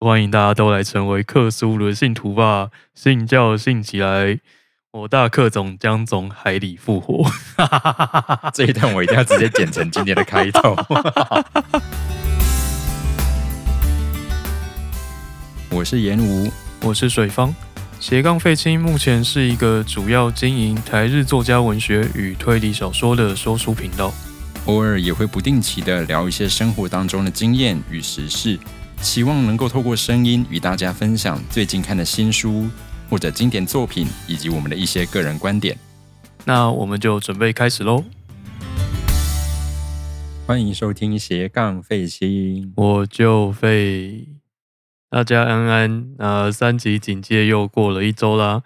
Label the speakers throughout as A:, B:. A: 欢迎大家都来成为克苏鲁的信徒吧，信教信起来！我大克总将从海里复活。
B: 这一段我一定要直接剪成今天的开头。 我是严吴，
A: 我是水方，斜杠废青目前是一个主要经营台日作家文学与推理小说的说书频道。
B: 偶尔也会不定期的聊一些生活当中的经验与时事，期望能够透过声音与大家分享最近看的新书或者经典作品，以及我们的一些个人观点。
A: 那我们就准备开始喽。
B: 欢迎收听斜杠废青，
A: 我就废，大家安安。呃，三级警戒又过了一周啦，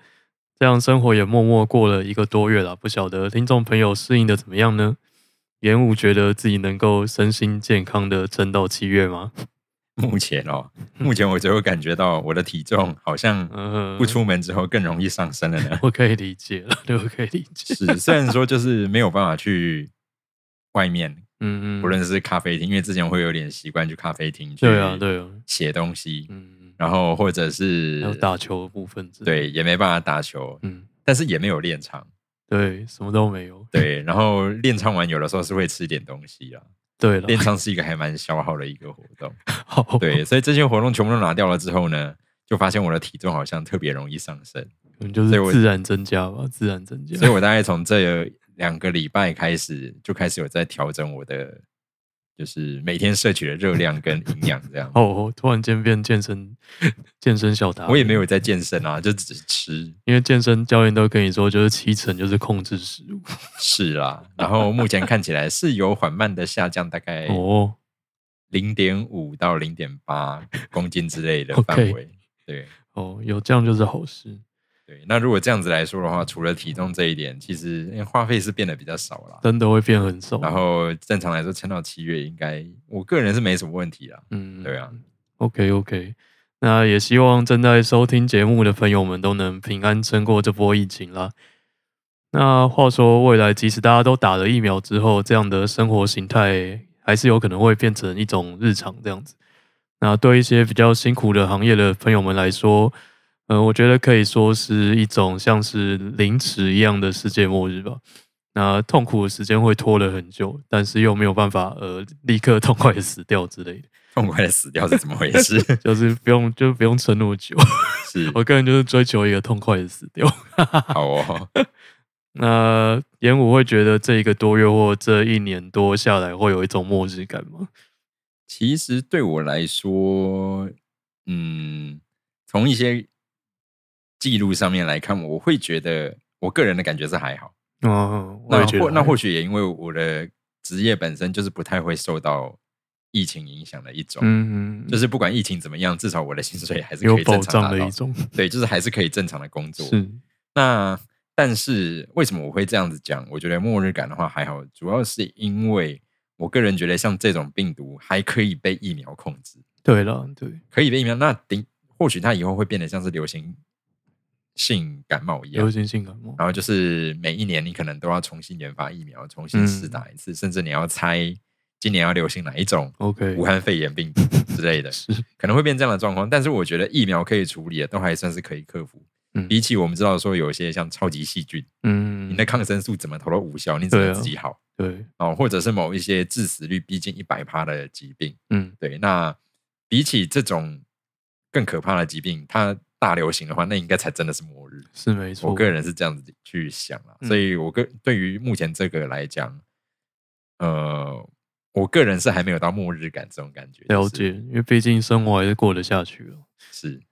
A: 这样生活也默默过了一个多月啦。不晓得听众朋友适应的怎么样呢？严武觉得自己能够身心健康的撑到七月吗？
B: 目前哦，目前我就会感觉到我的体重好像
A: 嗯、
B: 不出门之后更容易上升了呢。
A: 我可以理解了， 对，我可以理解。
B: 是，虽然说就是没有办法去外面，
A: 嗯嗯，
B: 不论是咖啡厅，因为之前会有点习惯去咖啡厅去
A: 对啊对啊，
B: 写东西，
A: 嗯，
B: 然后或者是
A: 还有打球的部分之类的，
B: 对也没办法打球，
A: 嗯
B: 但是也没有练唱，
A: 对，什么都没有。
B: 对，然后练唱完有的时候是会吃点东西啊，
A: 对了，
B: 练唱是一个还蛮消耗的一个活动，
A: 好，
B: 对，所以这些活动全部都拿掉了之后呢，就发现我的体重好像特别容易上升，
A: 可能就是
B: 所以我
A: 自然增加吧，自然增加。
B: 所以我大概从这两个礼拜开始，就开始有在调整我的，就是每天摄取的热量跟营养 这样。
A: 哦，突然间变健身 健身小达人，
B: 我也没有在健身啊，就只是吃
A: 因为健身教练都跟你说，就是七成就是控制食物。
B: 是啦。然后目前看起来是有缓慢的下降，大概
A: 哦，
B: 零点五到零点八公斤之类的
A: OK
B: 范围。对
A: 哦，有这样就是好事。
B: 对，那如果这样子来说的话，除了体重这一点，其实因为花费是变得比较少啦。
A: 真的会变很少。
B: 然后正常来说，撑到七月应该，我个人是没什么问题啦。
A: 嗯
B: 对啊。
A: OK OK，那也希望正在收听节目的朋友们都能平安撑过这波疫情啦。那话说，未来即使大家都打了疫苗之后，这样的生活形态还是有可能会变成一种日常这样子。那对一些比较辛苦的行业的朋友们来说，呃，我觉得可以说是一种像是凌迟一样的世界末日吧。那痛苦的时间会拖了很久，但是又没有办法呃立刻痛快的死掉之类的。
B: 痛快的死掉是怎么回事？
A: 就是不用，就不用撑那么久。
B: 是
A: 我个人就是追求一个痛快的死掉。
B: 好哦，
A: 那演武会觉得这一个多月或这一年多下来，会有一种末日感吗？
B: 其实对我来说，嗯，从一些记录上面来看，我会觉得我个人的感觉是还好。
A: 嗯，我
B: 那
A: 也觉
B: 或
A: 得
B: 那或
A: 会
B: 许也因为我的职业本身就是不太会受到疫情影响的一种，
A: 嗯，嗯
B: 就是不管疫情怎么样，至少我的薪水还是
A: 有
B: 可以
A: 保
B: 正常
A: 障
B: 拿
A: 的
B: 到
A: 一。种，
B: 对，就是还是可以正常的工作。
A: 是
B: 那但是为什么我会这样子讲？我觉得末日感的话还好，主要是因为我个人觉得像这种病毒还可以被疫苗控制，
A: 对了，对，
B: 可以被疫苗。那顶或许它以后会变得像是流行性感冒一
A: 流
B: 样，
A: 行性感冒，
B: 然后就是每一年你可能都要重新研发疫苗，重新试
A: 嗯
B: 打一次，甚至你要猜今年要流行哪一种
A: OK，
B: 武汉肺炎病毒之类的。
A: 是，
B: 可能会变这样的状况，但是我觉得疫苗可以处理的，都还算是可以克服。
A: 嗯
B: 比起我们知道说有一些像超级细菌，
A: 嗯，
B: 你的抗生素怎么投都无效，你只
A: 对啊
B: 能自己好
A: 对，
B: 哦，或者是某一些致死率逼近一百趴的疾病。
A: 嗯，
B: 对，那比起这种更可怕的疾病，它大流行的话，那应该才真的是末日。
A: 是没错，
B: 我个人是这样子去想啦，
A: 嗯
B: 所以我个对于目前这个来讲，呃，我个人是还没有到末日感这种感觉。
A: 了
B: 就是
A: 解，因为毕竟生活还是过得下去了。
B: 是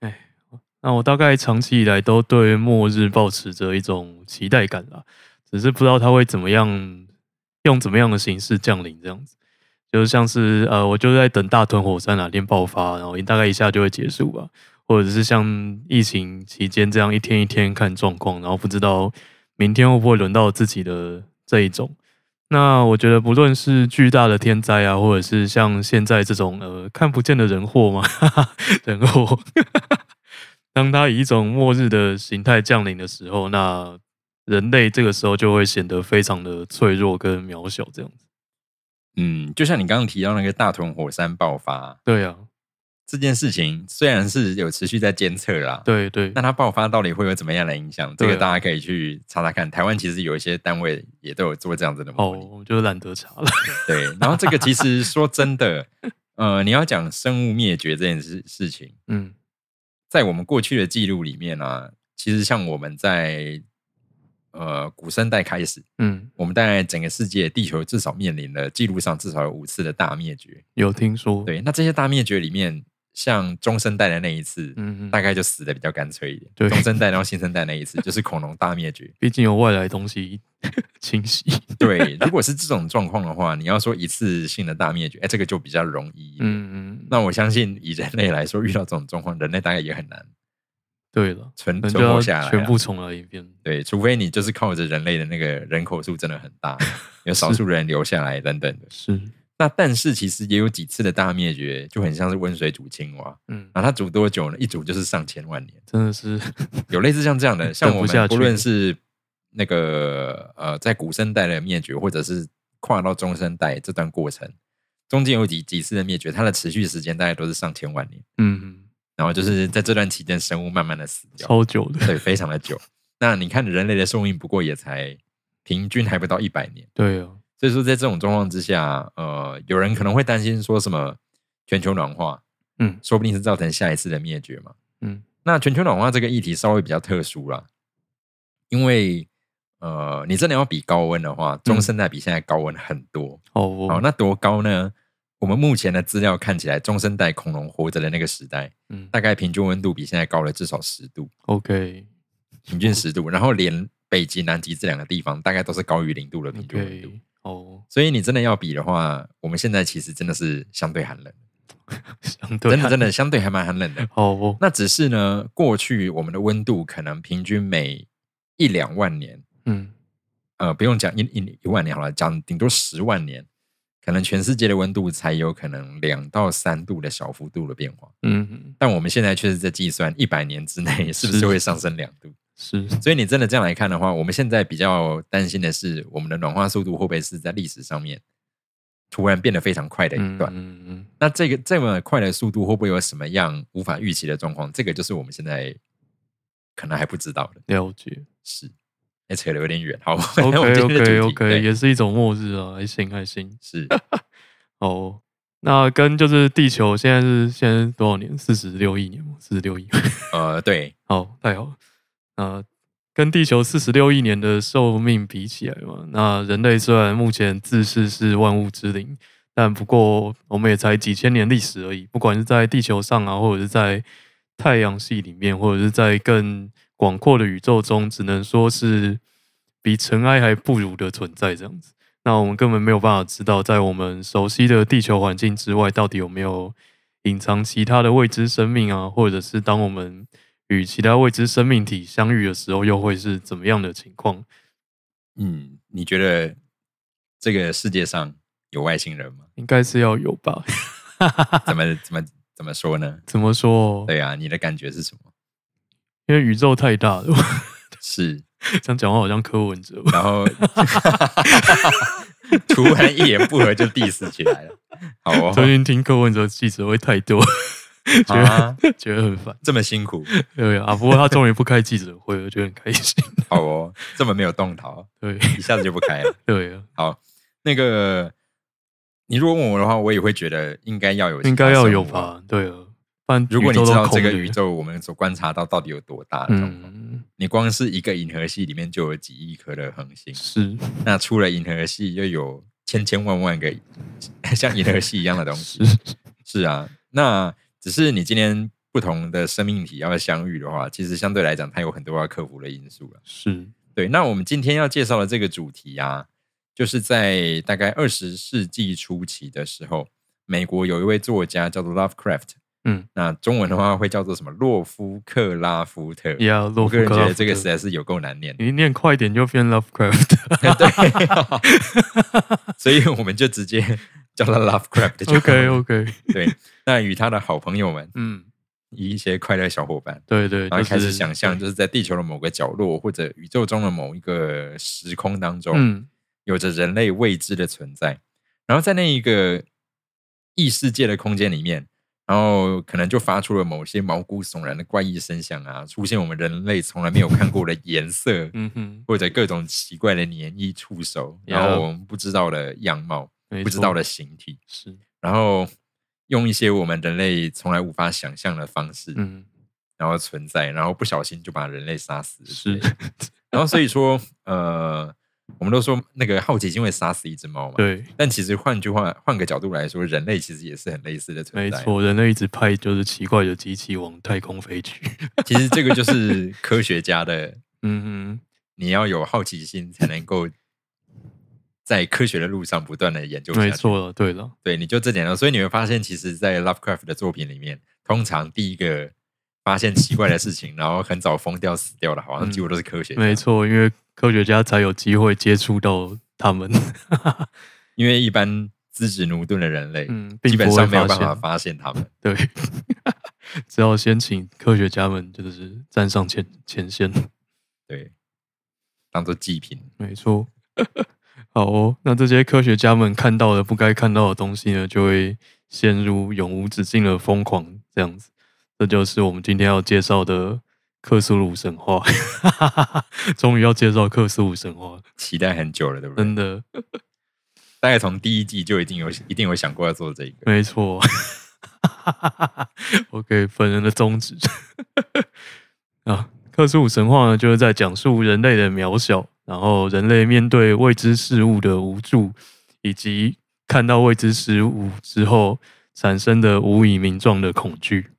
A: 那我大概长期以来都对末日保持着一种期待感啦，只是不知道它会怎么样，用怎么样的形式降临这样子。就像是呃，我就在等大屯火山哪天爆发，然后大概一下就会结束吧，或者是像疫情期间这样一天一天看状况，然后不知道明天会不会轮到自己的这一种。那我觉得，不论是巨大的天灾啊，或者是像现在这种呃看不见的人祸嘛， 人祸，当它以一种末日的形态降临的时候，那人类这个时候就会显得非常的脆弱跟渺小，这样子。
B: 嗯，就像你刚刚提到那个大屯火山爆发，
A: 对啊，
B: 这件事情虽然是有持续在监测啦，
A: 对对
B: 那它爆发到底会有怎么样的影响？这
A: 对啊
B: 个大家可以去查查看。台湾其实有一些单位也都有做这样子的
A: 哦，
B: 模拟，
A: 我就懒得查了。
B: 对。然后这个其实说真的，呃，你要讲生物灭绝这件事事情，
A: 嗯，
B: 在我们过去的记录里面啊，其实像我们在呃古生代开始，
A: 嗯，
B: 我们大概整个世界地球至少面临了记录上至少有五次的大灭绝。
A: 有听说，
B: 对，那这些大灭绝里面，像中生代的那一次，
A: 嗯，嗯
B: 大概就死的比较干脆一点。
A: 对
B: 中生代然后新生代那一次就是恐龙大灭绝。
A: 毕竟有外来东西 侵 袭。
B: 对，如果是这种状况的话，你要说一次性的大灭绝，哎，这个就比较容易。嗯，
A: 嗯嗯，
B: 那我相信以人类来说，遇到这种状况，人类大概也很难
A: 对了，
B: 存
A: 可能
B: 存
A: 就
B: 活
A: 要
B: 下来啊。
A: 全部重来一遍。
B: 对，除非你就是靠着人类的那个人口数真的很大，有少数人留下来 等等的。
A: 是，
B: 那但是其实也有几次的大灭绝，就很像是温水煮青蛙。
A: 嗯，
B: 啊，它煮多久呢？一煮就是上千万年，
A: 真的是，
B: 有类似像这样的，
A: 嗯
B: 像
A: 等不
B: 我
A: 下
B: 们
A: 去
B: 不论是那个呃，在古生代的灭绝，或者是跨到中生代这段过程，中间有几几次的灭绝，它的持续时间大概都是上千万年，
A: 嗯嗯，
B: 然后就是在这段期间，生物慢慢的死掉，
A: 超久的。
B: 对，非常的久。那你看人类的寿命不过也才平均还不到一百年，
A: 对啊，
B: 所以说在这种状况之下，呃，有人可能会担心说什么全球暖化，
A: 嗯
B: 说不定是造成下一次的灭绝嘛。
A: 嗯，
B: 那全球暖化这个议题稍微比较特殊啦，因为呃，你真的要比高温的话，中生代比现在高温很多。
A: 嗯哦，
B: 好，
A: 我
B: 那多高呢？我们目前的资料看起来，中生代恐龙活着的那个时代，
A: 嗯
B: 大概平均温度比现在高了至少十度，
A: ，OK
B: 平均十度。然后连北极、南极这两个地方，大概都是高于零度的平均温度。
A: OK，哦，
B: 所以你真的要比的话，我们现在其实真的是相对寒冷，
A: 相对
B: 真的真
A: 的，
B: 的相对还蛮寒冷的。
A: 哦，我
B: 那只是呢，过去我们的温度可能平均每一两万年，
A: 嗯，
B: 呃，不用讲一一一万年好了，讲顶多十万年，可能全世界的温度才有可能两到三度的小幅度的变化。
A: 嗯嗯，
B: 但我们现在却是在计算一百年之内是不是
A: 是
B: 会上升两度。
A: 是，
B: 所以你真的这样来看的话，我们现在比较担心的是，我们的暖化速度会不会是在历史上面突然变得非常快的一
A: 嗯
B: 段？
A: 嗯嗯，
B: 那这个这么快的速度会不会有什么样无法预期的状况？这个就是我们现在可能还不知道的。
A: 了解。
B: 是，哎，扯得有点远，好 那我们
A: OK
B: 今天的主
A: OK
B: 题
A: OK，
B: 对
A: 也是一种末日啊，还行还行。
B: 是
A: 哦，那跟就是地球现在是现在是多少年？四十六亿年嘛，四十六亿。
B: 呃，对，
A: 好，太好了。那跟地球四十六亿年的寿命比起来嘛，那人类虽然目前自视是万物之灵，但不过我们也才几千年历史而已。不管是在地球上啊，或者是在太阳系里面，或者是在更广阔的宇宙中，只能说是比尘埃还不如的存在这样子。那我们根本没有办法知道，在我们熟悉的地球环境之外，到底有没有隐藏其他的未知生命啊，或者是当我们与其他未知生命体相遇的时候，又会是怎么样的情况？
B: 嗯，你觉得这个世界上有外星人吗？
A: 应该是要有吧？
B: 怎么怎么怎么说呢？
A: 怎么说？
B: 对啊，你的感觉是什么？
A: 因为宇宙太大了，
B: 是，
A: 这样讲话好像柯文哲。
B: 然后突然一言不合就 diss 起来了，好哦，
A: 最近听柯文哲记者会太多，觉得、
B: 啊，
A: 觉得很烦。
B: 这么辛苦，
A: 对啊，不过他终于不开记者会了，觉得很开心。
B: 好哦，这么没有动摇，
A: 对
B: 一下子就不开了。
A: 对啊，
B: 那个，你如果问我的话，我也会觉得应该要有，
A: 应该要有？吧？对啊，不然
B: 如果
A: 宇
B: 你
A: 宙
B: 知
A: 都
B: 道
A: 空
B: 这个
A: 的。
B: 宇宙我们所观察到到底有多大的状况，
A: 嗯，
B: 你光是一个银河系里面就有几亿颗的恒星，
A: 是
B: 那除了银河系又有千千万万个 像银河系一样的东西。
A: 是，
B: 是啊，那只是你今天不同的生命体要相遇的话，其实相对来讲，它有很多要克服的因素啊了。
A: 是，
B: 对，那我们今天要介绍的这个主题啊，就是在大概二十世纪初期的时候，美国有一位作家叫做 Lovecraft，
A: 嗯，
B: 那中文的话会叫做什么洛夫克拉夫特。
A: 呀，洛
B: 我
A: 夫
B: 个人
A: 克
B: 觉
A: 拉
B: 得
A: 夫
B: 这个实
A: 特，嗯
B: 在是有够难念的，
A: 你念快点就变 Lovecraft。
B: 对，所以我们就直接叫他 Lovecraft 就好
A: OK
B: 了
A: OK，
B: 对，那与他的好朋友们
A: 嗯，
B: 一些快乐小伙伴，
A: 对对，
B: 然
A: 就
B: 后开始
A: 是
B: 想象，就是在地球的某个角落或者宇宙中的某一个时空当中，
A: 嗯
B: 有着人类未知的存在。然后在那一个异世界的空间里面，然后可能就发出了某些毛骨悚然的怪异声响啊，出现我们人类从来没有看过的颜色，
A: 嗯哼，
B: 或者各种奇怪的黏液触手，然后我们不知道的样貌，
A: 没
B: 不知
A: 错
B: 道的形体，
A: 是，
B: 然后用一些我们人类从来无法想象的方式，
A: 嗯，
B: 然后存在，然后不小心就把人类杀死。
A: 是，
B: 然后所以说，呃，我们都说那个好奇心会杀死一只猫嘛，
A: 对，
B: 但其实换句话，换个角度来说，人类其实也是很类似的存
A: 没
B: 在。
A: 错，人类一直派就是奇怪的机器往太空飞去，
B: 其实这个就是科学家的，
A: 嗯
B: 你要有好奇心才能够在科学的路上不断的研究
A: 哼，没
B: 下去。
A: 错了，对了，
B: 对，你就这点了。所以你会发现，其实，在 Lovecraft 的作品里面，通常第一个发现奇怪的事情，然后很早疯掉、死掉的，好像
A: 嗯
B: 几乎都是科学家。
A: 没错，因为科学家才有机会接触到他们，
B: 因为一般资质驽钝的人类，
A: 嗯，
B: 基
A: 并
B: 本
A: 不会
B: 上没有
A: 发
B: 办法
A: 现，
B: 发现他们。
A: 对， 只要先请科学家们就是站上前前线，
B: 对，当做祭品。
A: 没错。好哦，那这些科学家们看到了不该看到的东西呢，就会陷入永无止境的疯狂，这样子。这就是我们今天要介绍的克苏鲁神话。 终于要介绍克苏鲁神话了，
B: 期待很久了，对不对？
A: 真的，
B: 大概从第一季就已经有一定有想过要做这个。
A: 没错。OK，本人的宗旨 啊，克苏鲁神话呢，就是在讲述人类的渺小，然后人类面对未知事物的无助，以及看到未知事物之后产生的无以名状的恐惧。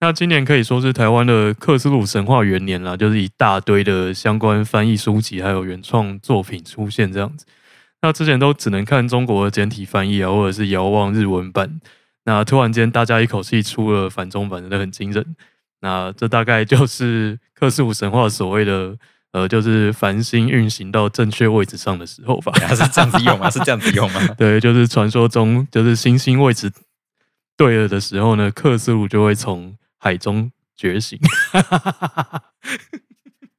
A: 那今年可以说是台湾的克苏鲁神话元年啦，就是一大堆的相关翻译书籍还有原创作品出现这样子。那之前都只能看中国的简体翻译啊，或者是遥望日文版。那突然间大家一口气出了繁中版，真的很惊人。那这大概就是克苏鲁神话所谓的呃，就是繁星运行到正确位置上的时候吧。
B: 是这样子用吗？是这样子 用吗？
A: 对，就是传说中，就是星星位置对了的时候呢，克苏鲁就会从海中觉醒。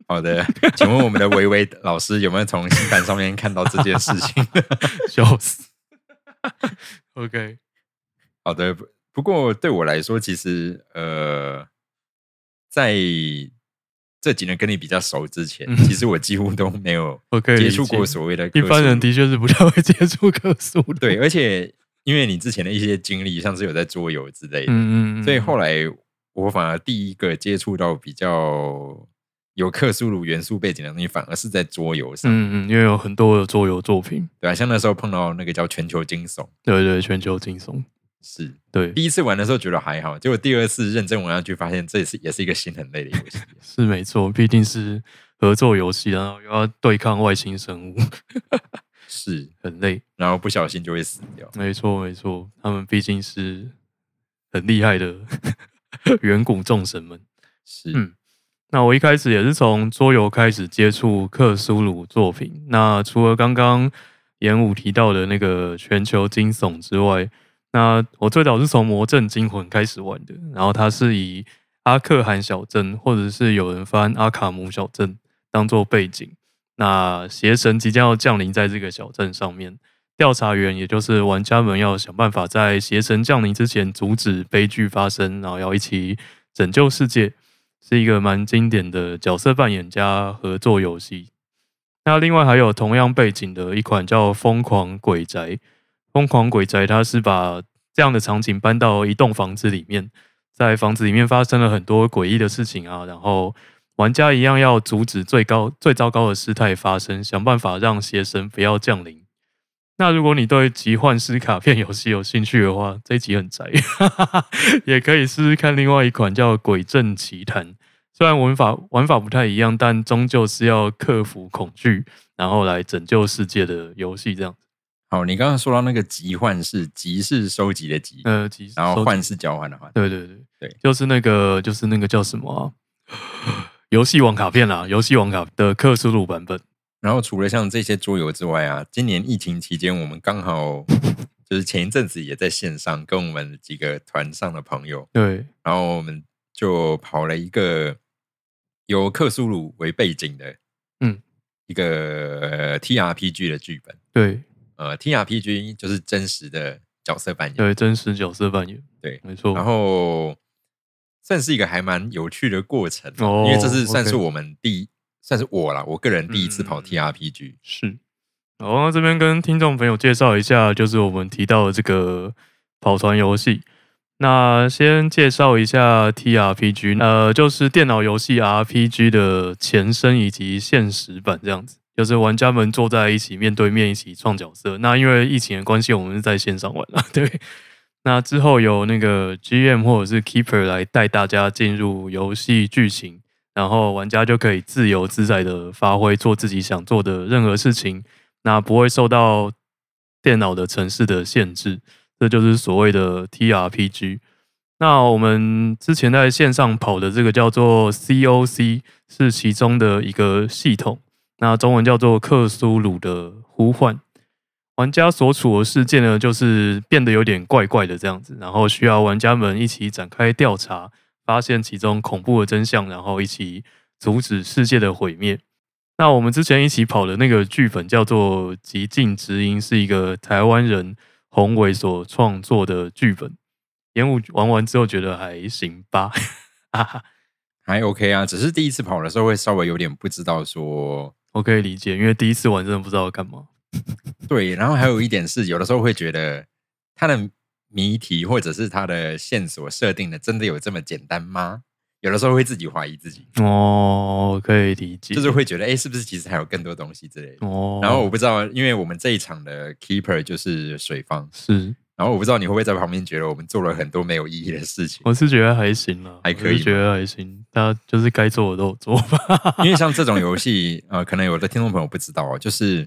B: 好的，请问我们的维维老师有没有从新版上面看到这件事情？
A: 笑死。OK，
B: 好的，不不过对我来说，其实呃，在这几年跟你比较熟之前，
A: 嗯
B: 其实我几乎都没有
A: 我可以
B: 接
A: 理
B: 触过
A: 解
B: 所谓的
A: 一
B: 克
A: 般
B: 苏
A: 人
B: 鲁
A: 的确是不太会 接触克苏鲁。
B: 对，而且因为你之前的一些经历，像是有在桌游之类的，
A: 嗯，嗯嗯，
B: 所以后来我反而第一个接触到比较有克苏鲁元素背景的东西，反而是在桌游上，
A: 嗯嗯，因为有很多的桌游作品，
B: 对啊，像那时候碰到那个叫全球惊悚，
A: 对对，全球惊悚，
B: 是
A: 对，
B: 第一次玩的时候觉得还好，结果第二次认真玩下去，发现这也是也是一个心很累的游戏。
A: 是没错，毕竟是合作游戏，然后又要对抗外星生物，
B: 是，
A: 很累。
B: 然后不小心就会死掉。
A: 没错，没错，他们毕竟是很厉害的 远古众神们。
B: 是，
A: 嗯那我一开始也是从桌游开始接触克苏鲁作品。那除了刚刚演武提到的那个全球惊悚之外，那我最早是从《魔阵惊魂》开始玩的，然后它是以阿克汗小镇，或者是有人翻阿卡姆小镇当做背景。那邪神即将要降临在这个小镇上面，调查员也就是玩家们要想办法在邪神降临之前阻止悲剧发生，然后要一起拯救世界，是一个蛮经典的角色扮演加合作游戏。那另外还有同样背景的一款叫《疯狂鬼宅》，《疯狂鬼宅》它是把这样的场景搬到一栋房子里面，在房子里面发生了很多诡异的事情啊，然后玩家一样要阻止最高最糟糕的事态发生，想办法让邪神不要降临。那如果你对集幻师卡片游戏有兴趣的话，这一集很宅， 也可以试试看另外一款叫《鬼阵奇谭》。虽然玩法玩法不太一样，但终究是要克服恐惧，然后来拯救世界的游戏这样。
B: 好，你刚刚说到那个集幻是集是收集的集，
A: 呃，其实
B: 然后
A: 收集
B: 幻是交换的幻。
A: 对对对
B: 对
A: 就是那个就是那个叫什么啊、游戏王卡片啦，游戏王卡的克苏鲁版本。
B: 然后除了像这些桌游之外啊，今年疫情期间，我们 刚好就是前一阵子也在线上跟我们几个团上的朋友，
A: 对，
B: 然后我们就跑了一个由克苏鲁为背景的，
A: 嗯，
B: 一个呃 TRPG 的剧本。
A: 对，
B: 呃，TRPG 就是真实的角色扮演，
A: 对，真实角色扮演，
B: 对
A: 没错。
B: 然后算是一个还蛮有趣的过程，啊
A: 哦
B: 因为这是算是
A: OK
B: 我们第一算是我啦，我个人第一次跑
A: 嗯
B: TRPG，、
A: 是，好，那这边跟听众朋友介绍一下，就是我们提到的这个跑团游戏。那先介绍一下 TRPG，呃，就是电脑游戏 RPG 的前身以及现实版这样子，就是玩家们坐在一起面对面一起创角色。那因为疫情的关系，我们是在线上玩了， 对。那之后由那个 GM 或者是 Keeper 来带大家进入游戏剧情，然后玩家就可以自由自在的发挥，做自己想做的任何事情，那不会受到电脑的程式的限制，这就是所谓的 TRPG。那我们之前在线上跑的这个叫做 COC，是其中的一个系统，那中文叫做克苏鲁的呼唤。玩家所处的世界呢，就是变得有点怪怪的这样子，然后需要玩家们一起展开调查，发现其中恐怖的真相，然后一起阻止世界的毁灭。那我们之前一起跑的那个剧本叫做《极尽之音》，是一个台湾人宏伟所创作的剧本。演武玩完之后觉得还行吧， 哈哈，
B: 还 OK 啊，只是第一次跑的时候会稍微有点不知道说
A: 我可以理解，因为第一次玩真的不知道要干嘛。
B: 对，然后还有一点是有的时候会觉得它的谜题或者是它的线索设定的真的有这么简单吗？有的时候会自己怀疑自己，
A: 哦，可以理解，
B: 就是会觉得哎、诶是不是其实还有更多东西之类的。
A: 哦，
B: 然后我不知道，因为我们这一场的 keeper 就是水方，
A: 是，
B: 然后我不知道你会不会在旁边觉得我们做了很多没有意义的事情，
A: 我是觉得还行了，
B: 还可以
A: 我是觉得还行，大家就是该做的都有做吧。
B: 因为像这种游戏， 呃，可能有的听众朋友不知道哦，就是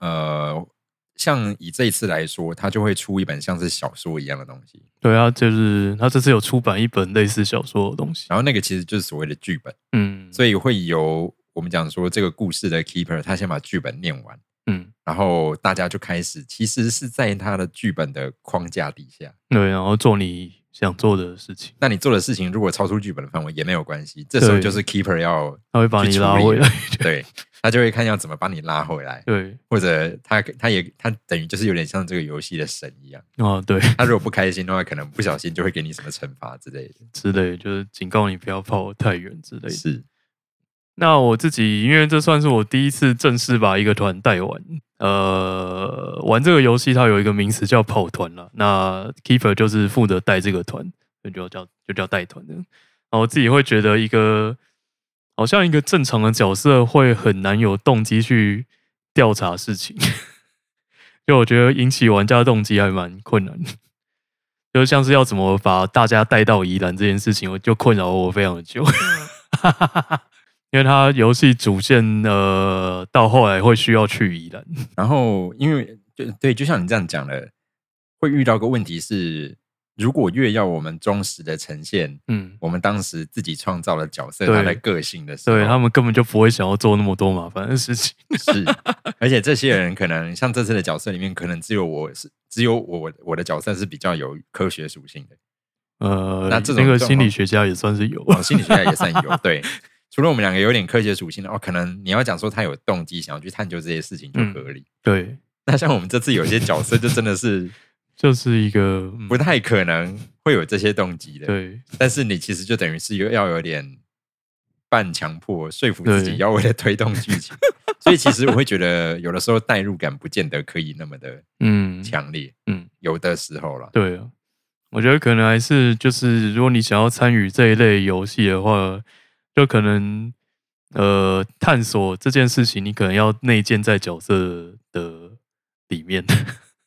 B: 呃，像以这一次来说，它就会出一本像是小说一样的东西，
A: 对啊，就是他这次有出版一本类似小说的东西，
B: 然后那个其实就是所谓的剧本，
A: 嗯，
B: 所
A: 以
B: 以会由我们讲说这个故事的 keeper 他先把剧本念完，
A: 嗯，
B: 然后大家就开始，其实是在他的剧本的框架底下。
A: 对，然后做你想做的事情，
B: 那你做的事情如果超出剧本的范围也没有关系，这时候
A: 对
B: 就是 keeper 要
A: 他会把
B: 去
A: 你
B: 处
A: 拉
B: 理
A: 回
B: 了
A: 来。
B: 对他就会看要怎么把你拉回来，
A: 对
B: 或者他他也他等于就是有点像这个游戏的神一样，
A: 啊，对，
B: 他如果不开心的话，可能不小心就会给你什么惩罚之类的。
A: 之类就是警告你不要跑太远之类的。
B: 是，
A: 那我自己，因为这算是我第一次正式把一个团带完。呃，玩这个游戏它有一个名词叫跑团了，那 keeper 就是负责带这个团，所以就叫就叫带团的。然后我自己会觉得一个好像一个正常的角色会很难有动机去调查事情， 就我觉得引起玩家的动机还蛮困难的。就像是要怎么把大家带到宜兰这件事情，我就困扰我非常的久。因为它游戏主线呃到后来会需要去宜兰，
B: 然后因为就对，就像你这样讲的，会遇到个问题是，如果越要我们忠实的呈现
A: 嗯，
B: 我们当时自己创造的角色
A: 对
B: 他的个性的时候，
A: 对他们根本就不会想要做那么多麻烦的事情，
B: 是，而且这些人可能像这次的角色里面，可能只有我是只有我我的角色是比较有科学属性的，
A: 呃，
B: 那这种
A: 个
B: 状况
A: 心理学家也算是有，
B: 往心理学家也算有 对。除了我们两个有点科学属性的哦，可能你要讲说他有动机想要去探究这些事情就
A: 嗯
B: 合理。
A: 对，
B: 那像我们这次有些角色就真的是
A: 就是一个、嗯
B: 不太可能会有这些动机的，
A: 对
B: 但是你其实就等于是有要有点半强迫说服自己，
A: 对
B: 要为了推动剧情。所以其实我会觉得，有的时候代入感不见得可以那么的
A: 嗯
B: 强烈，
A: 嗯，
B: 有的时候啦，
A: 对啊，我觉得可能还是就是，如果你想要参与这一类游戏的话，就可能呃探索这件事情，你可能要内建在角色的里面，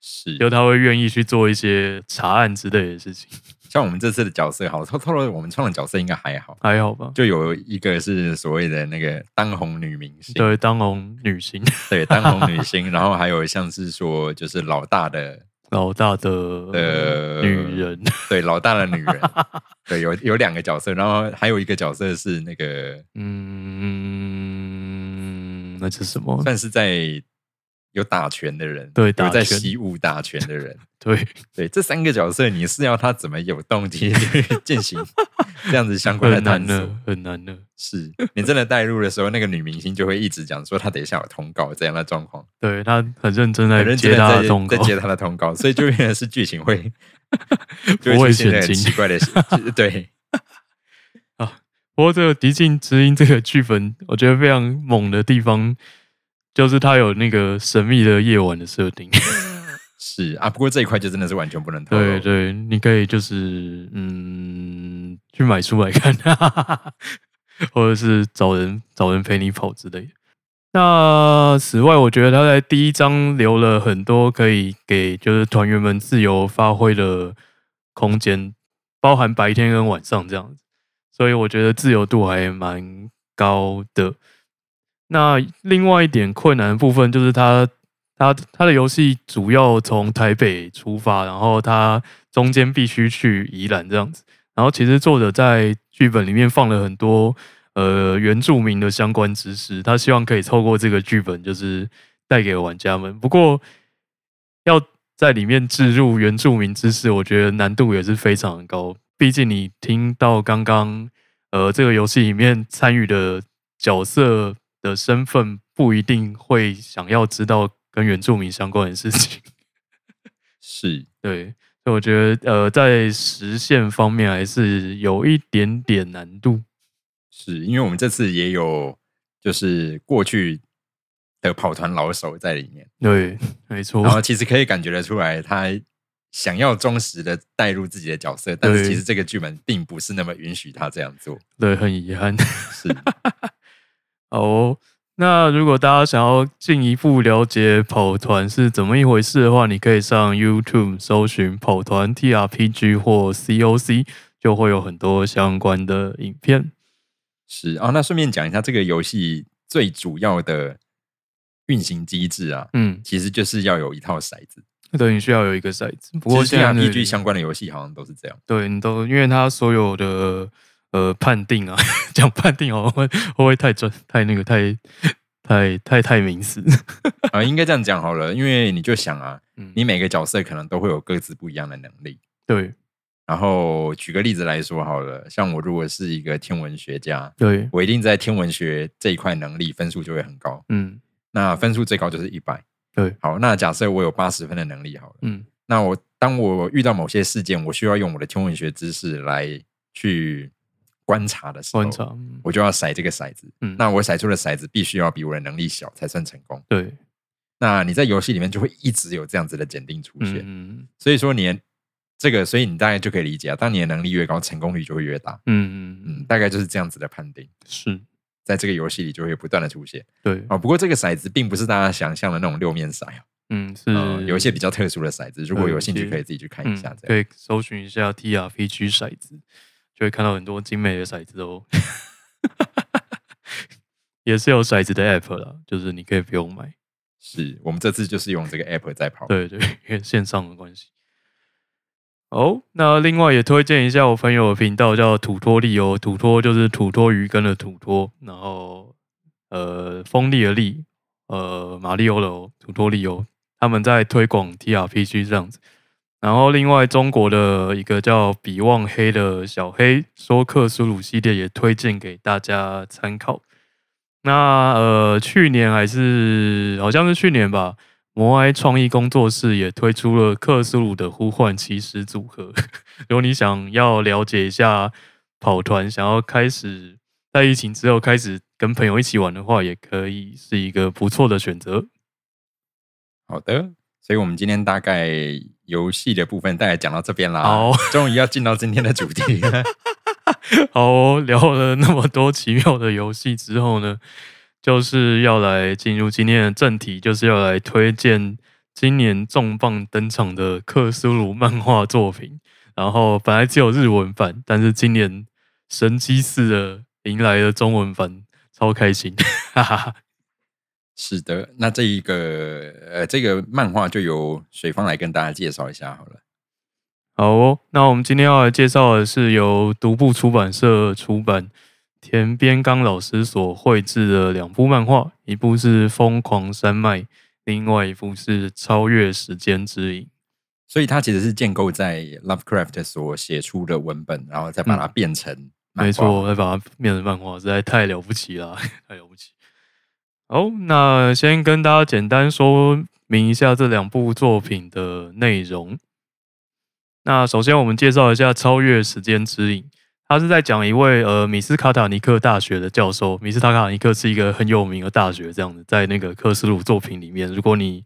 B: 是
A: 就他会愿意去做一些查案之类的事情，
B: 像我们这次的角色，好，透透露我们创的角色应该还好，
A: 还好吧？
B: 就有一个是所谓的那个当红女明星，
A: 对，当红女星
B: 对，当红女星，然后还有像是说就是老大的
A: 老大的
B: 的
A: 女 人，
B: 对，老大的女 人，对，有有两个角色，然后还有一个角色是那个
A: 嗯，那是什么？
B: 算是在有打拳的人，
A: 对打
B: 有在
A: 拳
B: 习武打拳的人，
A: 对，
B: 对这三个角色，你是要他怎么有 动机去进行这样子相关的
A: 很
B: 探
A: 难
B: 索？
A: 的，很难的，
B: 是你真的带入的时候，那个女明星就会一直讲说她等一下有通告这样的状况，
A: 对他很认真在
B: 很认真
A: 哎接
B: 的
A: 他的
B: 在
A: 通告
B: 在，接她的通告，所以就变成是剧 情会就
A: 不
B: 会
A: 会
B: 出现那
A: 前
B: 很
A: 进
B: 奇怪的事，就对，
A: 不过这个《敌境之音》这个剧本， 我觉得非常猛的地方，就是它有那个神秘的夜晚的设定。
B: 是啊。不过这一块就真的是完全不能透露，
A: 对对，你可以就是嗯，去买书来看， 或者是找人找人陪你跑之类的。那此外，我觉得他在第一章留了很多可以给就是团员们自由发挥的空间，包含白天跟晚上这样子，所以我觉得自由度还蛮高的。那另外一点困难的部分就是它它它的游戏主要从台北出发，然后它中间必须去宜兰这样子。然后其实作者在剧本里面放了很多呃原住民的相关知识，他希望可以透过这个剧本就是带给玩家们。不过要在里面置入原住民知识，我觉得难度也是非常高。毕竟你听到刚刚呃这个游戏里面参与的角色的身份不一定会想要知道跟原住民相关的事情。
B: 是
A: 对，所以我觉得呃，在实现方面还是有一点点难度。
B: 是因为我们这次也有就是过去的跑团老手在里面，
A: 对，没错
B: 然，后其实可以感觉得出来，他想要忠实的带入自己的角色，但是
A: 对
B: 其实这个剧本并不是那么允许他这样做。
A: 对，很遗憾。
B: 是
A: 好哦，那如果大家想要进一步了解跑团是怎么一回事的话，你可以上 YouTube 搜寻跑团 TRPG 或 COC，就会有很多相关的影片。
B: 是哦，那顺便讲一下这个游戏最主要的运行机制啊，
A: 嗯，
B: 其实就是要有一套骰子。
A: 对，你需要有一个骰子。不
B: 不过
A: 过现在
B: RPG
A: 的
B: 相关的游戏好像都是这样。
A: 对你都，因为他所有的呃判定啊， 讲判定好像 会会不会太专太那个太太太太名词？
B: 啊，应该这样讲好了，因为你就想啊，
A: 嗯
B: 你每个角色可能都会有各自不一样的能力。
A: 对
B: 然后举个例子来说好了，像我如果是一个天文学家，
A: 对，
B: 我一定在天文学这一块能力分数就会很高，
A: 嗯
B: 那分数最高就是一百。
A: 对，
B: 好，那假设我有八十分的能力好了，
A: 嗯
B: 那我当我遇到某些事件，我需要用我的天文学知识来去观察的时候，
A: 观察，嗯
B: 我就要骰这个骰子。
A: 嗯
B: 那我骰出的骰子必须要比我的能力小才算成功。
A: 对，
B: 那你在游戏里面就会一直有这样子的检定出现，
A: 嗯
B: 所以说你的这个，所以你大概就可以理解啊，当你的能力越高，成功率就会越大。
A: 嗯嗯
B: 嗯，
A: 嗯，
B: 大概就是这样子的判定，
A: 是，
B: 在这个游戏里就会不断的出现。
A: 对，
B: 哦，不过这个骰子并不是大家想象的那种六面骰啊，
A: 嗯
B: 呃
A: 是
B: 有一些比较特殊的骰子，如果有兴趣
A: 嗯
B: 可以自己去看一
A: 嗯
B: 下。这
A: 可
B: 样、
A: 以搜寻一下 TRPG 骰子，就会看到很多精美的骰子哦。 也是有骰子的 app 啦，就是你可以不用买。
B: 是我们这次就是用这个 app 在跑。
A: 对 对，因为线上的关系。哦，那另外也推荐一下我朋友的频道，叫土托利哦，土托就是土托鱼羹的土托，然后呃，锋利的利，呃，马里欧的哦，土托利哦，他们在推广 TRPG 这样子。然后另外中国的一个叫比旺黑的小黑说克苏鲁系列也推荐给大家参考。那呃，去年还是好像是去年吧，摩埃创意工作室也推出了克苏鲁的呼唤骑士组合。 如果你想要了解一下跑团，想要开始在疫情之后开始跟朋友一起玩的话，也可以是一个不错的选择。
B: 好的，所以我们今天大概游戏的部分大概讲到这边啦。
A: 好，
B: 终于要进到今天的主题了。
A: 好哦、聊了那么多奇妙的游戏之后呢，就是要来进入今天的正题，就是要来推荐今年重磅登场的克苏鲁漫画作品。然后本来只有日文版，但是今年神机似的迎来了中文版，超开心，哈哈哈。
B: 是的，那这一个呃，这个漫画就由水方来跟大家介绍一下好了。
A: 好哦，那我们今天要来介绍的是由独步出版社出版、田边刚老师所绘制的两部漫画，一部是《疯狂山脉》，另外一幅是《超越时间之影》。
B: 所以它其实是建构在 Lovecraft 所写出的文本，然后再把它变成、
A: 嗯没错，，我再把它变成漫画，实在太了不起了， 太了不起。好，那先跟大家简单说明一下这两部作品的内容。那首先我们介绍一下《超越时间之影》，它是在讲一位呃米斯卡塔尼克大学的教授，米斯卡塔尼克是一个很有名的大学，这样子，在那个科斯鲁作品里面，如果你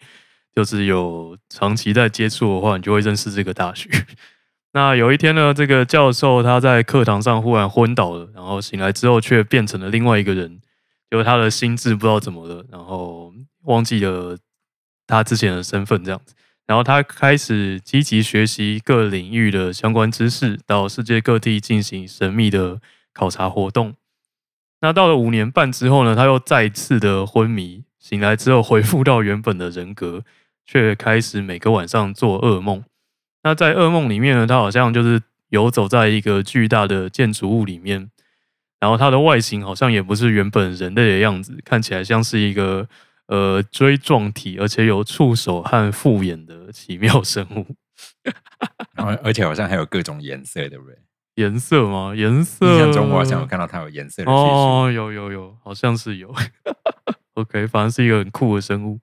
A: 就是有长期在接触的话，你就会认识这个大学。那有一天呢，这个教授他在课堂上忽然昏倒了，然后醒来之后却变成了另外一个人，就是他的心智不知道怎么了，然后忘记了他之前的身份这样子。然后他开始积极学习各领域的相关知识，到世界各地进行神秘的考察活动。那到了五年半之后呢，他又再次的昏迷，醒来之后恢复到原本的人格，却开始每个晚上做噩梦。那在噩梦里面呢，他好像就是游走在一个巨大的建筑物里面，然后它的外形好像也不是原本人类的样子，看起来像是一个呃锥状体，而且有触手和复眼的奇妙生物。
B: 然后 而且好像还有各种颜色，对不对？
A: 颜色吗？颜色？
B: 印象中我好像有看到它有颜色的叙述。
A: 哦，有有有，好像是有。OK，反正是一个很酷的生物。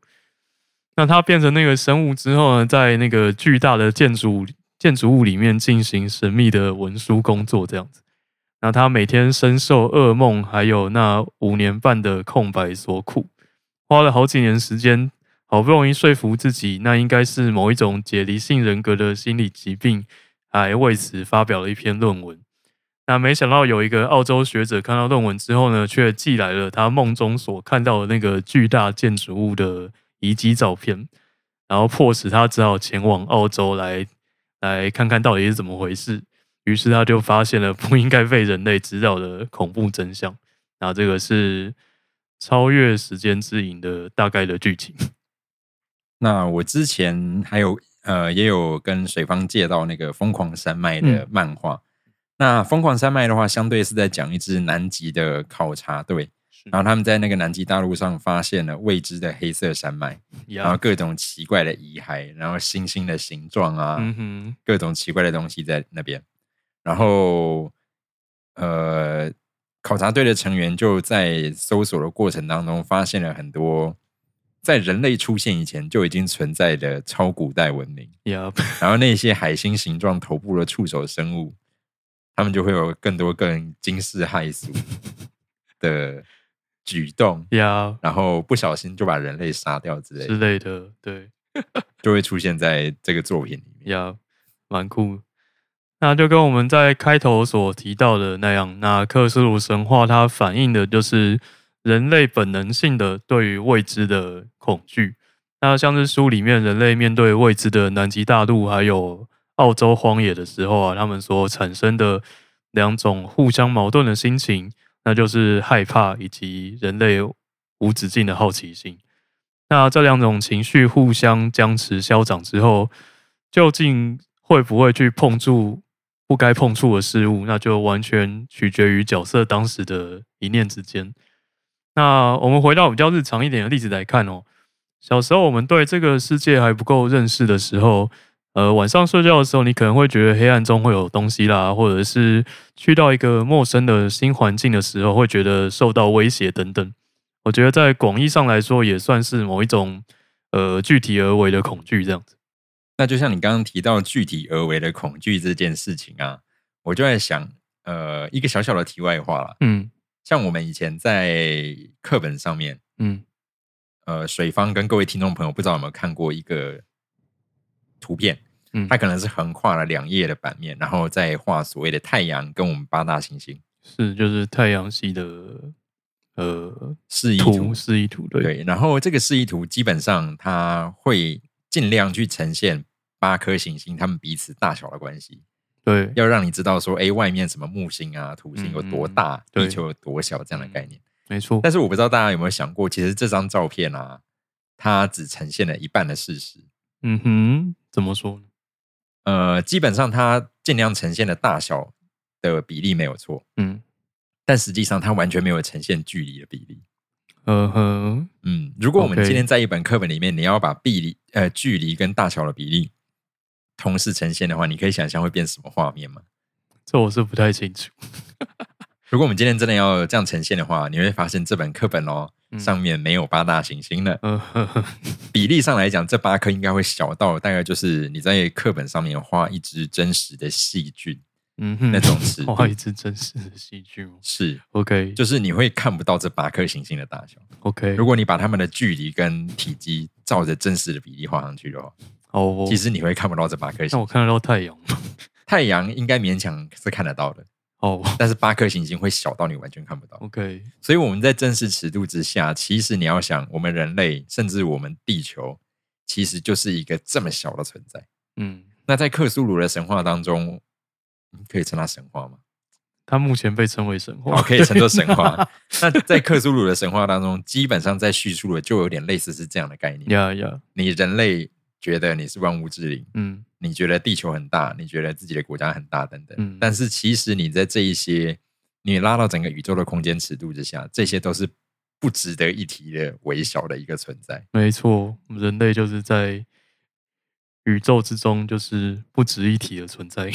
A: 那它变成那个生物之后呢，在那个巨大的建筑建筑物里面进行神秘的文书工作，这样子。那他每天深受噩梦还有那五年半的空白所苦，花了好几年时间，好不容易说服自己，那应该是某一种解离性人格的心理疾病，还为此发表了一篇论文。那没想到有一个澳洲学者看到论文之后呢，却寄来了他梦中所看到的那个巨大建筑物的遗迹照片，然后迫使他只好前往澳洲来来看看到底是怎么回事。于是他就发现了不应该被人类知道的恐怖真相。那这个是超越时间之影的大概的剧情。
B: 那我之前还有呃，也有跟水方借到那个《疯狂山脉》的
A: 嗯
B: 漫画。那《疯狂山脉》的话，相对是在讲一支南极的考察队，
A: 嗯
B: 然后他们在那个南极大陆上发现了未知的黑色山脉，然后
A: 呀，
B: 各种奇怪的遗骸，然后星星的形状啊，
A: 嗯哼，
B: 各种奇怪的东西在那边。然后，呃，考察队的成员就在搜索的过程当中，发现了很多在人类出现以前就已经存在的超古代文明。
A: 呀，
B: 然后那些海星形状头部的触手生物，他们就会有更多更惊世骇俗的举动，
A: 呀
B: 然后不小心就把人类杀掉之类
A: 之
B: 的，
A: 类的，对。
B: 就会出现在这个作品里面。
A: 呀，蛮酷。那就跟我们在开头所提到的那样，那克苏鲁神话它反映的就是人类本能性的对于未知的恐惧。那像是书里面人类面对未知的南极大陆还有澳洲荒野的时候啊，他们所产生的两种互相矛盾的心情，那就是害怕以及人类无止境的好奇心。那这两种情绪互相僵持消长之后，究竟会不会去碰触不该碰触的事物，那就完全取决于角色当时的一念之间。那我们回到比较日常一点的例子来看哦，小时候我们对这个世界还不够认识的时候，呃，晚上睡觉的时候，你可能会觉得黑暗中会有东西啦，或者是去到一个陌生的新环境的时候，会觉得受到威胁等等。我觉得在广义上来说，也算是某一种呃具体而为的恐惧这样子。
B: 那就像你刚刚提到具体而为的恐惧这件事情啊，我就在想，呃，一个小小的题外话啦，
A: 嗯
B: 像我们以前在课本上面，
A: 嗯，
B: 呃，水方跟各位听众朋友不知道有没有看过一个图片，
A: 嗯
B: 它可能是横跨了两页的版面，然后再画所谓的太阳跟我们八大行星
A: 是就是太阳系的呃
B: 示意图
A: 图，示意图，对，
B: 对，然后这个示意图基本上它会尽量去呈现八颗行星它们彼此大小的关系。
A: 对
B: 要让你知道说，哎，外面什么木星啊、土星有多大，
A: 嗯嗯嗯
B: 地球有多小这样的概念。
A: 没错，
B: 但是我不知道大家有没有想过，其实这张照片啊，它只呈现了一半的事实。
A: 嗯哼，怎么说呢？
B: 呃，基本上它尽量呈现的大小的比例没有错，
A: 嗯，
B: 但实际上它完全没有呈现距离的比例。
A: 嗯哼，
B: 嗯，如果我们
A: OK
B: 今天在一本课本里面，你要把比例呃距离跟大小的比例同时呈现的话，你可以想象会变什么画面吗？
A: 这我是不太清楚。
B: 如果我们今天真的要这样呈现的话，你会发现这本课本哦
A: 嗯
B: 上面没有八大行星的、
A: 嗯哼哼，
B: 比例上来讲，这八颗应该会小到大概就是你在课本上面画一只真实的细菌
A: 嗯哼，
B: 那种尺度，
A: 画一只真实的戏剧吗
B: 是
A: ？OK，就
B: 就是你会看不到这八颗行星的大小。
A: OK。
B: 如果你把它们的距离跟体积照着真实的比例画上去的话，
A: 好哦，
B: 其实你会看不到这八颗行星
A: 那我看得到太阳吗？
B: 太阳应该勉强是看得到的，
A: 哦
B: 但是八颗行星会小到你完全看不到。
A: ，OK，
B: 所以我们在真实尺度之下，其实你要想，我们人类甚至我们地球，其实就是一个这么小的存在。
A: 嗯，
B: 那在克苏鲁的神话当中，嗯可以称它神话吗？
A: 它目前被称为神
B: 好，
A: 话。
B: 可以称作神话。那在克苏鲁的神话当中，基本上在叙述的就有点类似是这样的概念：
A: 呀呀，
B: 你人类觉得你是万物之灵，
A: 嗯
B: 你觉得地球很大，你觉得自己的国家很大等等，
A: 嗯
B: 但是其实你在这一些你拉到整个宇宙的空间尺度之下，这些都是不值得一提的微小的一个存在。
A: 没错，我们人类就是在宇宙之中就是不值一提的存在，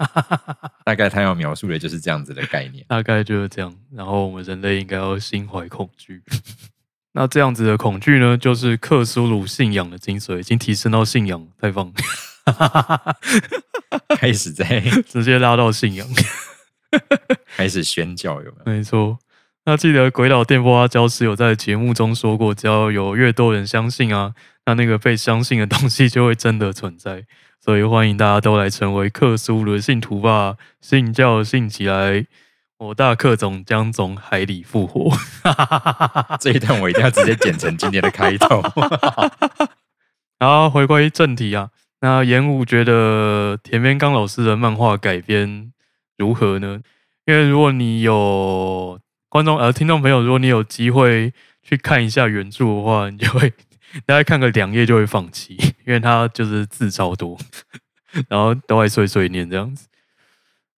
B: 大概他要描述的就是这样子的概念。
A: 大概就是这样。然后我们人类应该要心怀恐惧。 那这样子的恐惧呢，就是克苏鲁信仰的精髓，已经提升到信仰，太棒了，
B: 开始在
A: 直接拉到信仰。
B: 开始宣教有没 有？
A: 没错。那记得鬼岛电波阿娇师有在节目中说过，只要有越多人相信啊，那那个被相信的东西就会真的存在。所以欢迎大家都来成为克苏鲁的信徒吧，信教信起来！我大克总将从海里复活。
B: 这一段我一定要直接剪成今天的开头。
A: 然后回归正题啊，那演武觉得田边刚老师的漫画改编如何呢？因为如果你有观众呃听众朋友，如果你有机会去看一下原著的话， 你就会大概看个两页就会放弃，因为他就是字超多， 然后都还碎碎念这样子。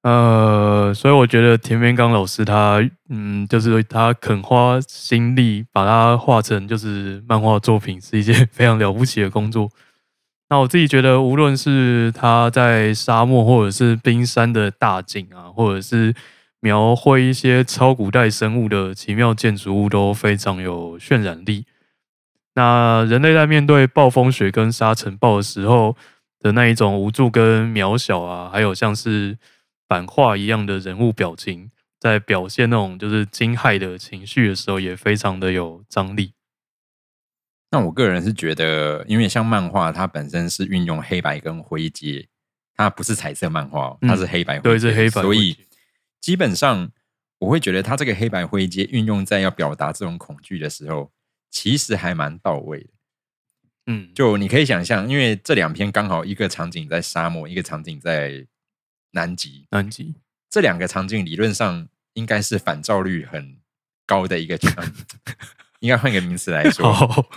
A: 呃，所以我觉得田边刚老师他，嗯，就是他肯花心力把它画成就是漫画作品，是一件非常了不起的工作。那我自己觉得，无论是他在沙漠或者是冰山的大景啊，或者是描绘一些超古代生物的奇妙建筑物，都非常有渲染力。那人类在面对暴风雪跟沙尘暴的时候的那一种无助跟渺小啊，还有像是版画一样的人物表情，在表现那种就是惊骇的情绪的时候，也非常的有张力。
B: 那我个人是觉得，因为像漫画，它本身是运用黑白跟灰阶，它不是彩色漫画哦，
A: 嗯
B: 它是黑白灰阶、
A: 对，是黑白
B: 所
A: 灰
B: 以
A: 阶
B: 基本上我会觉得它这个黑白灰阶运用在要表达这种恐惧的时候，其实还蛮到位的。
A: 嗯，
B: 就你可以想象，因为这两篇刚好一个场景在沙漠，一个场景在南极，
A: 南极，
B: 这两个场景理论上应该是反照率很高的一个 场，应该换个名词来说，
A: 好，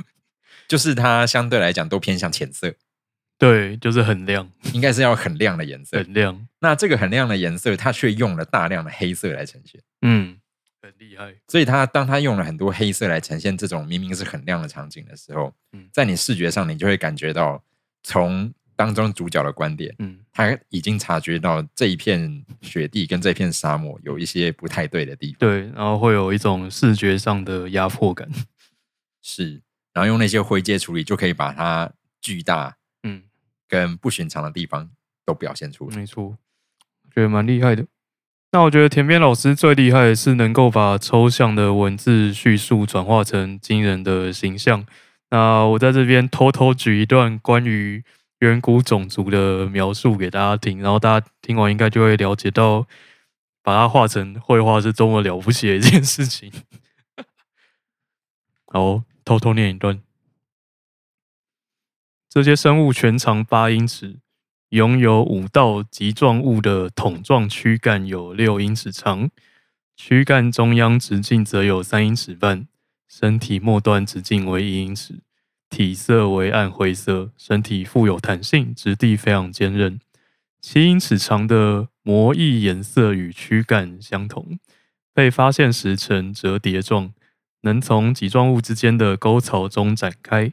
B: 就是它相对来讲都偏向浅色，
A: 对，就是很亮，
B: 应该是要很亮的颜色。
A: 很亮，
B: 那这个很亮的颜色，它却用了大量的黑色来呈现。
A: 嗯，很厉害，
B: 所以它当它用了很多黑色来呈现这种明明是很亮的场景的时候
A: 嗯，
B: 在你视觉上，你就会感觉到从当中主角的观点，
A: 嗯
B: 他已经察觉到这一片雪地跟这片沙漠有一些不太对的地方。
A: 对，然后会有一种视觉上的压迫感，
B: 是，然后用那些灰阶处理，就可以把它巨大
A: 嗯，
B: 跟不寻常的地方都表现出来。
A: 没错，我觉得蛮厉害的。那我觉得田边老师最厉害的是能够把抽象的文字叙述转化成惊人的形象。那我在这边偷偷举一段关于远古种族的描述给大家听，然后大家听完应该就会了解到，把它画成绘画是多么了不起的一件事情。 好，偷偷念一段。这些生物全长八英尺，拥有五道棘状物的筒状躯干有六英尺长，躯干中央直径则有三英尺半，身体末端直径为一英尺，体色为暗灰色，身体富有弹性，质地非常坚韧。七英尺长的膜翼颜色与躯干相同，被发现时呈折叠状，能从棘状物之间的沟槽中展开。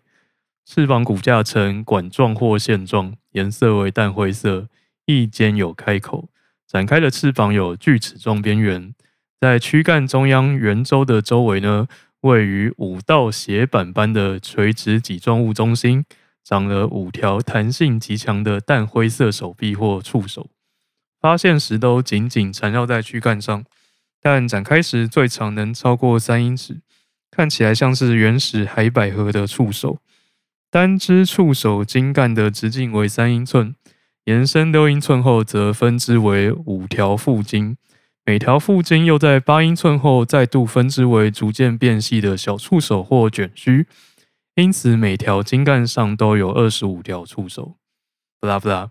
A: 翅膀骨架呈管状或线状，颜色为淡灰色，翼间有开口。展开的翅膀有锯齿状边缘，在躯干中央圆周的周围呢，位于五道斜板般的垂直脊状物中心，长了五条弹性极强的淡灰色手臂或触手。发现时都紧紧缠绕在躯干上，但展开时最长能超过三英尺，看起来像是原始海百合的触手。单只触手茎干的直径为三英寸，延伸六英寸后则分支为五条腹茎，每条腹茎又在八英寸后再度分支为逐渐变细的小触手或卷须，因此每条茎干上都有二十五条触手。不啦不啦，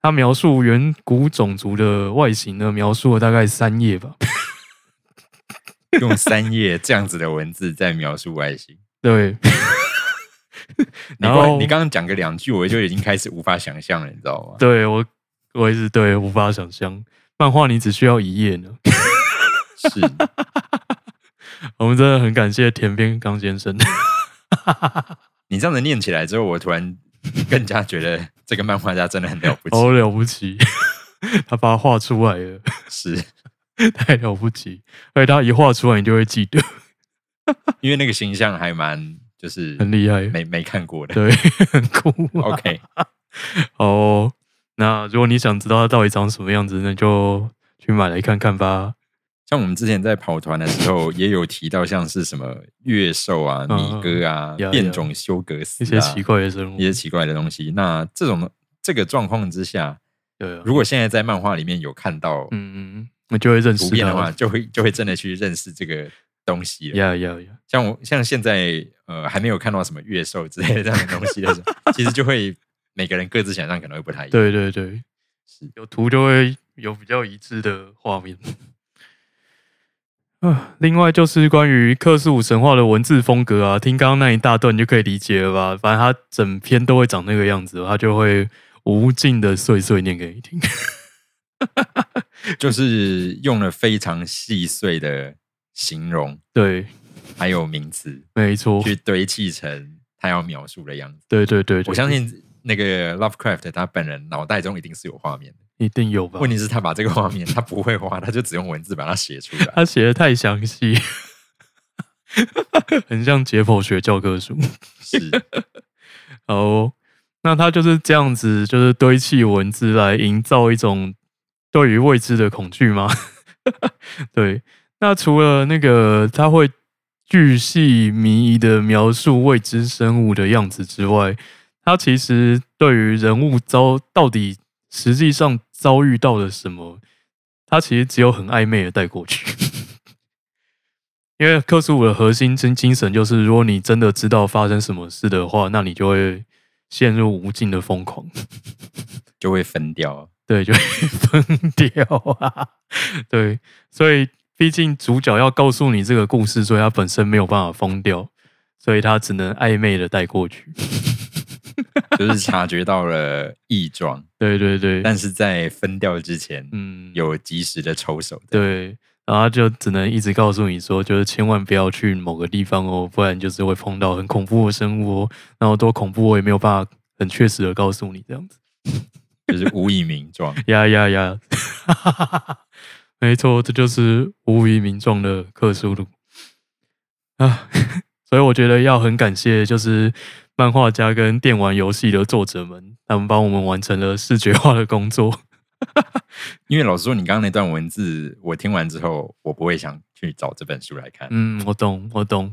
A: 他描述远古种族的外形呢，描述了大概三页吧。
B: 用三页这样子的文字在描述外形。
A: 对，
B: 你
A: 然后
B: 光你刚刚讲个两句，我就已经开始无法想象了，你知道吗？
A: 对我我也是对无法想象，漫画你只需要一页呢。
B: 是，
A: 我们真的很感谢田边刚先生。
B: 你这样子念起来之后，我突然更加觉得这个漫画家真的很了不起。
A: 好了不起，他把它画出来了，
B: 是
A: 太了不起！而且他一画出来，你就会记得，
B: 因为那个形象还蛮就是
A: 很厉害。
B: 没没看过的。
A: 对， 很酷、啊。
B: OK，
A: 好哦、那如果你想知道他到底长什么样子，那就去买来看看吧。
B: 像我们之前在跑团的时候，也有提到像是什么月兽啊、
A: 嗯
B: 米哥啊、
A: 呀
B: 变种休格斯、
A: 一
B: 啊、
A: 些奇怪的生物
B: 一，些奇怪的东西。那这种这个状况之下，
A: 对啊，
B: 如果现在在漫画里面有看到
A: 嗯嗯，我就会认识
B: 图片的话，
A: 他。
B: 就会就会真的去认识这个东西了。
A: 呀呀呀！
B: 像我像现在呃还没有看到什么月兽之类的这样的东西的时候，其实就会每个人各自想象可能会不太一样。，
A: 对对对，有图就会有比较一致的画面。 啊，另外就是关于克苏鲁神话的文字风格啊，听刚刚那一大段就可以理解了吧？反正它整篇都会长那个样子，它就会无尽的碎碎念给你听。
B: 就是用了非常细碎的形容
A: 对，
B: 还有名词
A: 没错，
B: 去堆砌成他要描述的样子。
A: 对对对对，
B: 我相信那个 Lovecraft 他本人脑袋中一定是有画面的，
A: 一定有吧
B: 问？题是他把这个画面他不会画，他就只用文字把它写出来。
A: 他写的太详细， 很像解剖学教科书。
B: 是，
A: 哦，那他就是这样子，就是堆砌文字来营造一种对于未知的恐惧吗？ 对。那除了那个他会巨细靡遗的描述未知生物的样子之外，他其实对于人物遭到底实际上遭遇到了什么，他其实只有很暧昧的带过去。因为克苏鲁的核心精精神就是，如果你真的知道发生什么事的话，那你就会陷入无尽的疯狂，
B: 就会分掉。
A: 对，就会疯掉啊，对，所以毕竟主角要告诉你这个故事，所以他本身没有办法疯掉，所以他只能暧昧的带过去，
B: 就是察觉到了异状，
A: 对对对，
B: 但是在分掉之前，
A: 嗯，
B: 有及时的抽手。，
A: 对，然后他就只能一直告诉你说，就是千万不要去某个地方哦，不然就是会碰到很恐怖的生物哦，然后多恐怖我也没有办法很确实的告诉你这样子。
B: 就是无以名状。
A: 呀呀呀！ 没错，这就是无以名状的克苏鲁啊！ 所以我觉得要很感谢，就是漫画家跟电玩游戏的作者们，他们帮我们完成了视觉化的工作。
B: 因为老实说，你刚刚那段文字，我听完之后，我不会想去找这本书来看。
A: 嗯，我懂，我懂。。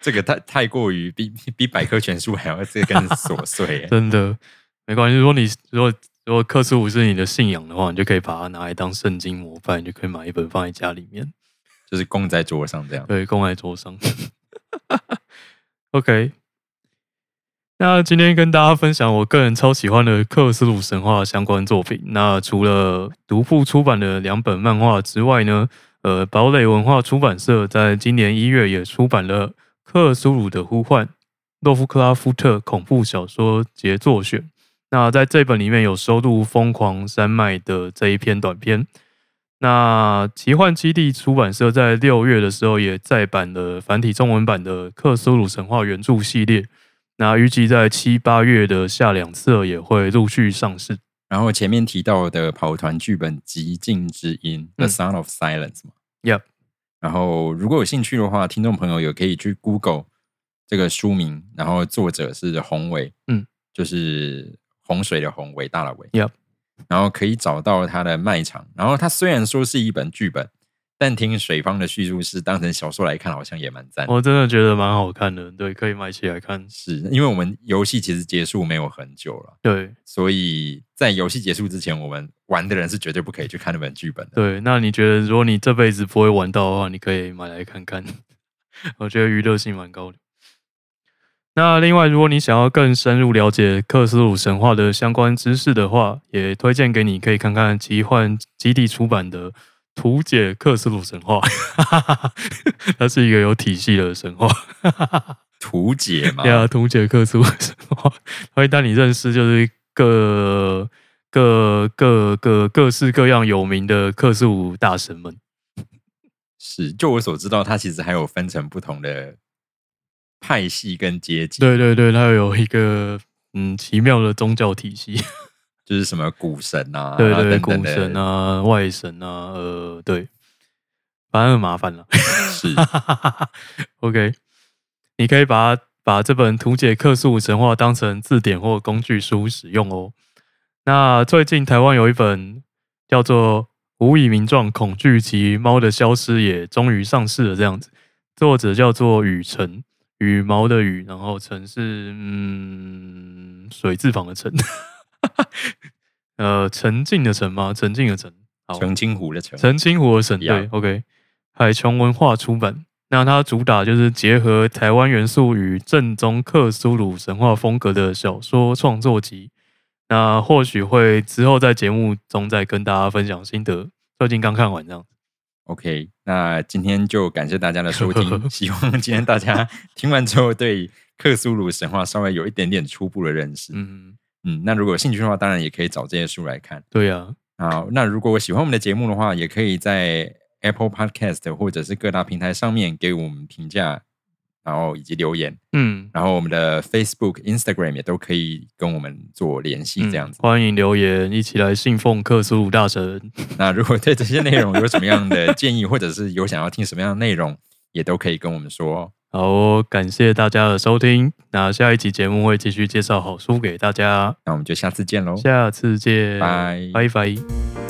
B: 这个太太过于比比比百科全书还要 这更琐碎
A: 真的没关系。如果你如果如果克苏鲁是你的信仰的话，你就可以把它拿来当圣经膜拜，你就可以买一本放在家里面，
B: 就是供在桌上这样。
A: 对，供在桌上。OK，那今天跟大家分享我个人超喜欢的克苏鲁神话相关作品。那除了独步出版的两本漫画之外呢，呃，堡垒文化出版社在今年一月也出版了《克苏鲁的呼唤：洛夫克拉夫特恐怖小说杰作选》。那在这本里面有收录《疯狂山脉》的这一篇短篇。那《奇幻基地》出版社在六月的时候也再版了繁体中文版的《克苏鲁神话原著系列》，那预计在七八月的下两册也会陆续上市。
B: 然后前面提到的跑团剧本《极静之音》
A: 嗯
B: （The Sound of Silence） 嘛。
A: Yep
B: 然后如果有兴趣的话，听众朋友也可以去 Google 这个书名，然后作者是宏伟，
A: 嗯，
B: 就是洪水的宏，伟大的伟。
A: Yep
B: 然后可以找到他的卖场。然后它虽然说是一本剧本，但听水方的叙述是当成小说来看，好像也蛮赞的。
A: 我真的觉得蛮好看的，对，可以买起来看。
B: 是因为我们游戏其实结束没有很久了。
A: 对
B: 所以在游戏结束之前，我们玩的人是绝对不可以去看那本剧本的。
A: 对，那你觉得如果你这辈子不会玩到的话，你可以买来看看，我觉得娱乐性蛮高的。那另外，如果你想要更深入了解克苏鲁神话的相关知识的话，也推荐给你可以看看奇幻基地出版的《图解克苏鲁神话》， 它是一个有体系的神话。
B: 图解 嘛
A: 对，啊，图解克苏鲁神话，它会带你认识就是各各各各各式各样有名的克苏鲁大神们。
B: 是就我所知道，它其实还有分成不同的派系跟阶级，
A: 对对对，它有一个嗯奇妙的宗教体系，
B: 就是什么股神啊，
A: 对
B: 然后
A: 对，
B: 等
A: 古
B: 等的
A: 神，啊、外神啊，呃，对，反正很麻烦了。
B: 是
A: OK，你可以把它把这本《图解克苏鲁神话》当成字典或工具书使用哦。那最近台湾有一本叫做《无以名状：恐惧及猫的消失》也终于上市了，这样子，作者叫做雨辰，羽毛的羽，然后辰是嗯水字旁的辰， 呃，沉静的沉吗？沉静的沉， 好，
B: 澄清湖的澄，
A: 澄清湖的省队
B: Yeah
A: ，OK，海琼文化出版。那它主打就是结合台湾元素与正宗克苏鲁神话风格的小说创作集。那或许会之后在节目中再跟大家分享心得。最近刚看完这样，
B: OK，那今天就感谢大家的 收听，希望今天大家听完之后对克苏鲁神话稍微有一点点初步的认识。嗯
A: 嗯，
B: 那如果有兴趣的话，当然也可以找这些书来看。
A: 对啊呀、
B: 好，那如果喜欢我们的节目的话，也可以在 Apple Podcast 或者是各大平台上面给我们评价，然后以及留言，
A: 嗯，
B: 然后我们的 Facebook、Instagram 也都可以跟我们做联系，这样子
A: 嗯。欢迎留言，一起来信奉克苏鲁大神。
B: 那如果对这些内容有什么样的建议，或者是有想要听什么样的内容，也都可以跟我们说哦。
A: 好哦，感谢大家的收听。那下一期节目会继续介绍好书给大家，
B: 那我们就下次见喽，
A: 下次见，
B: 拜
A: 拜拜。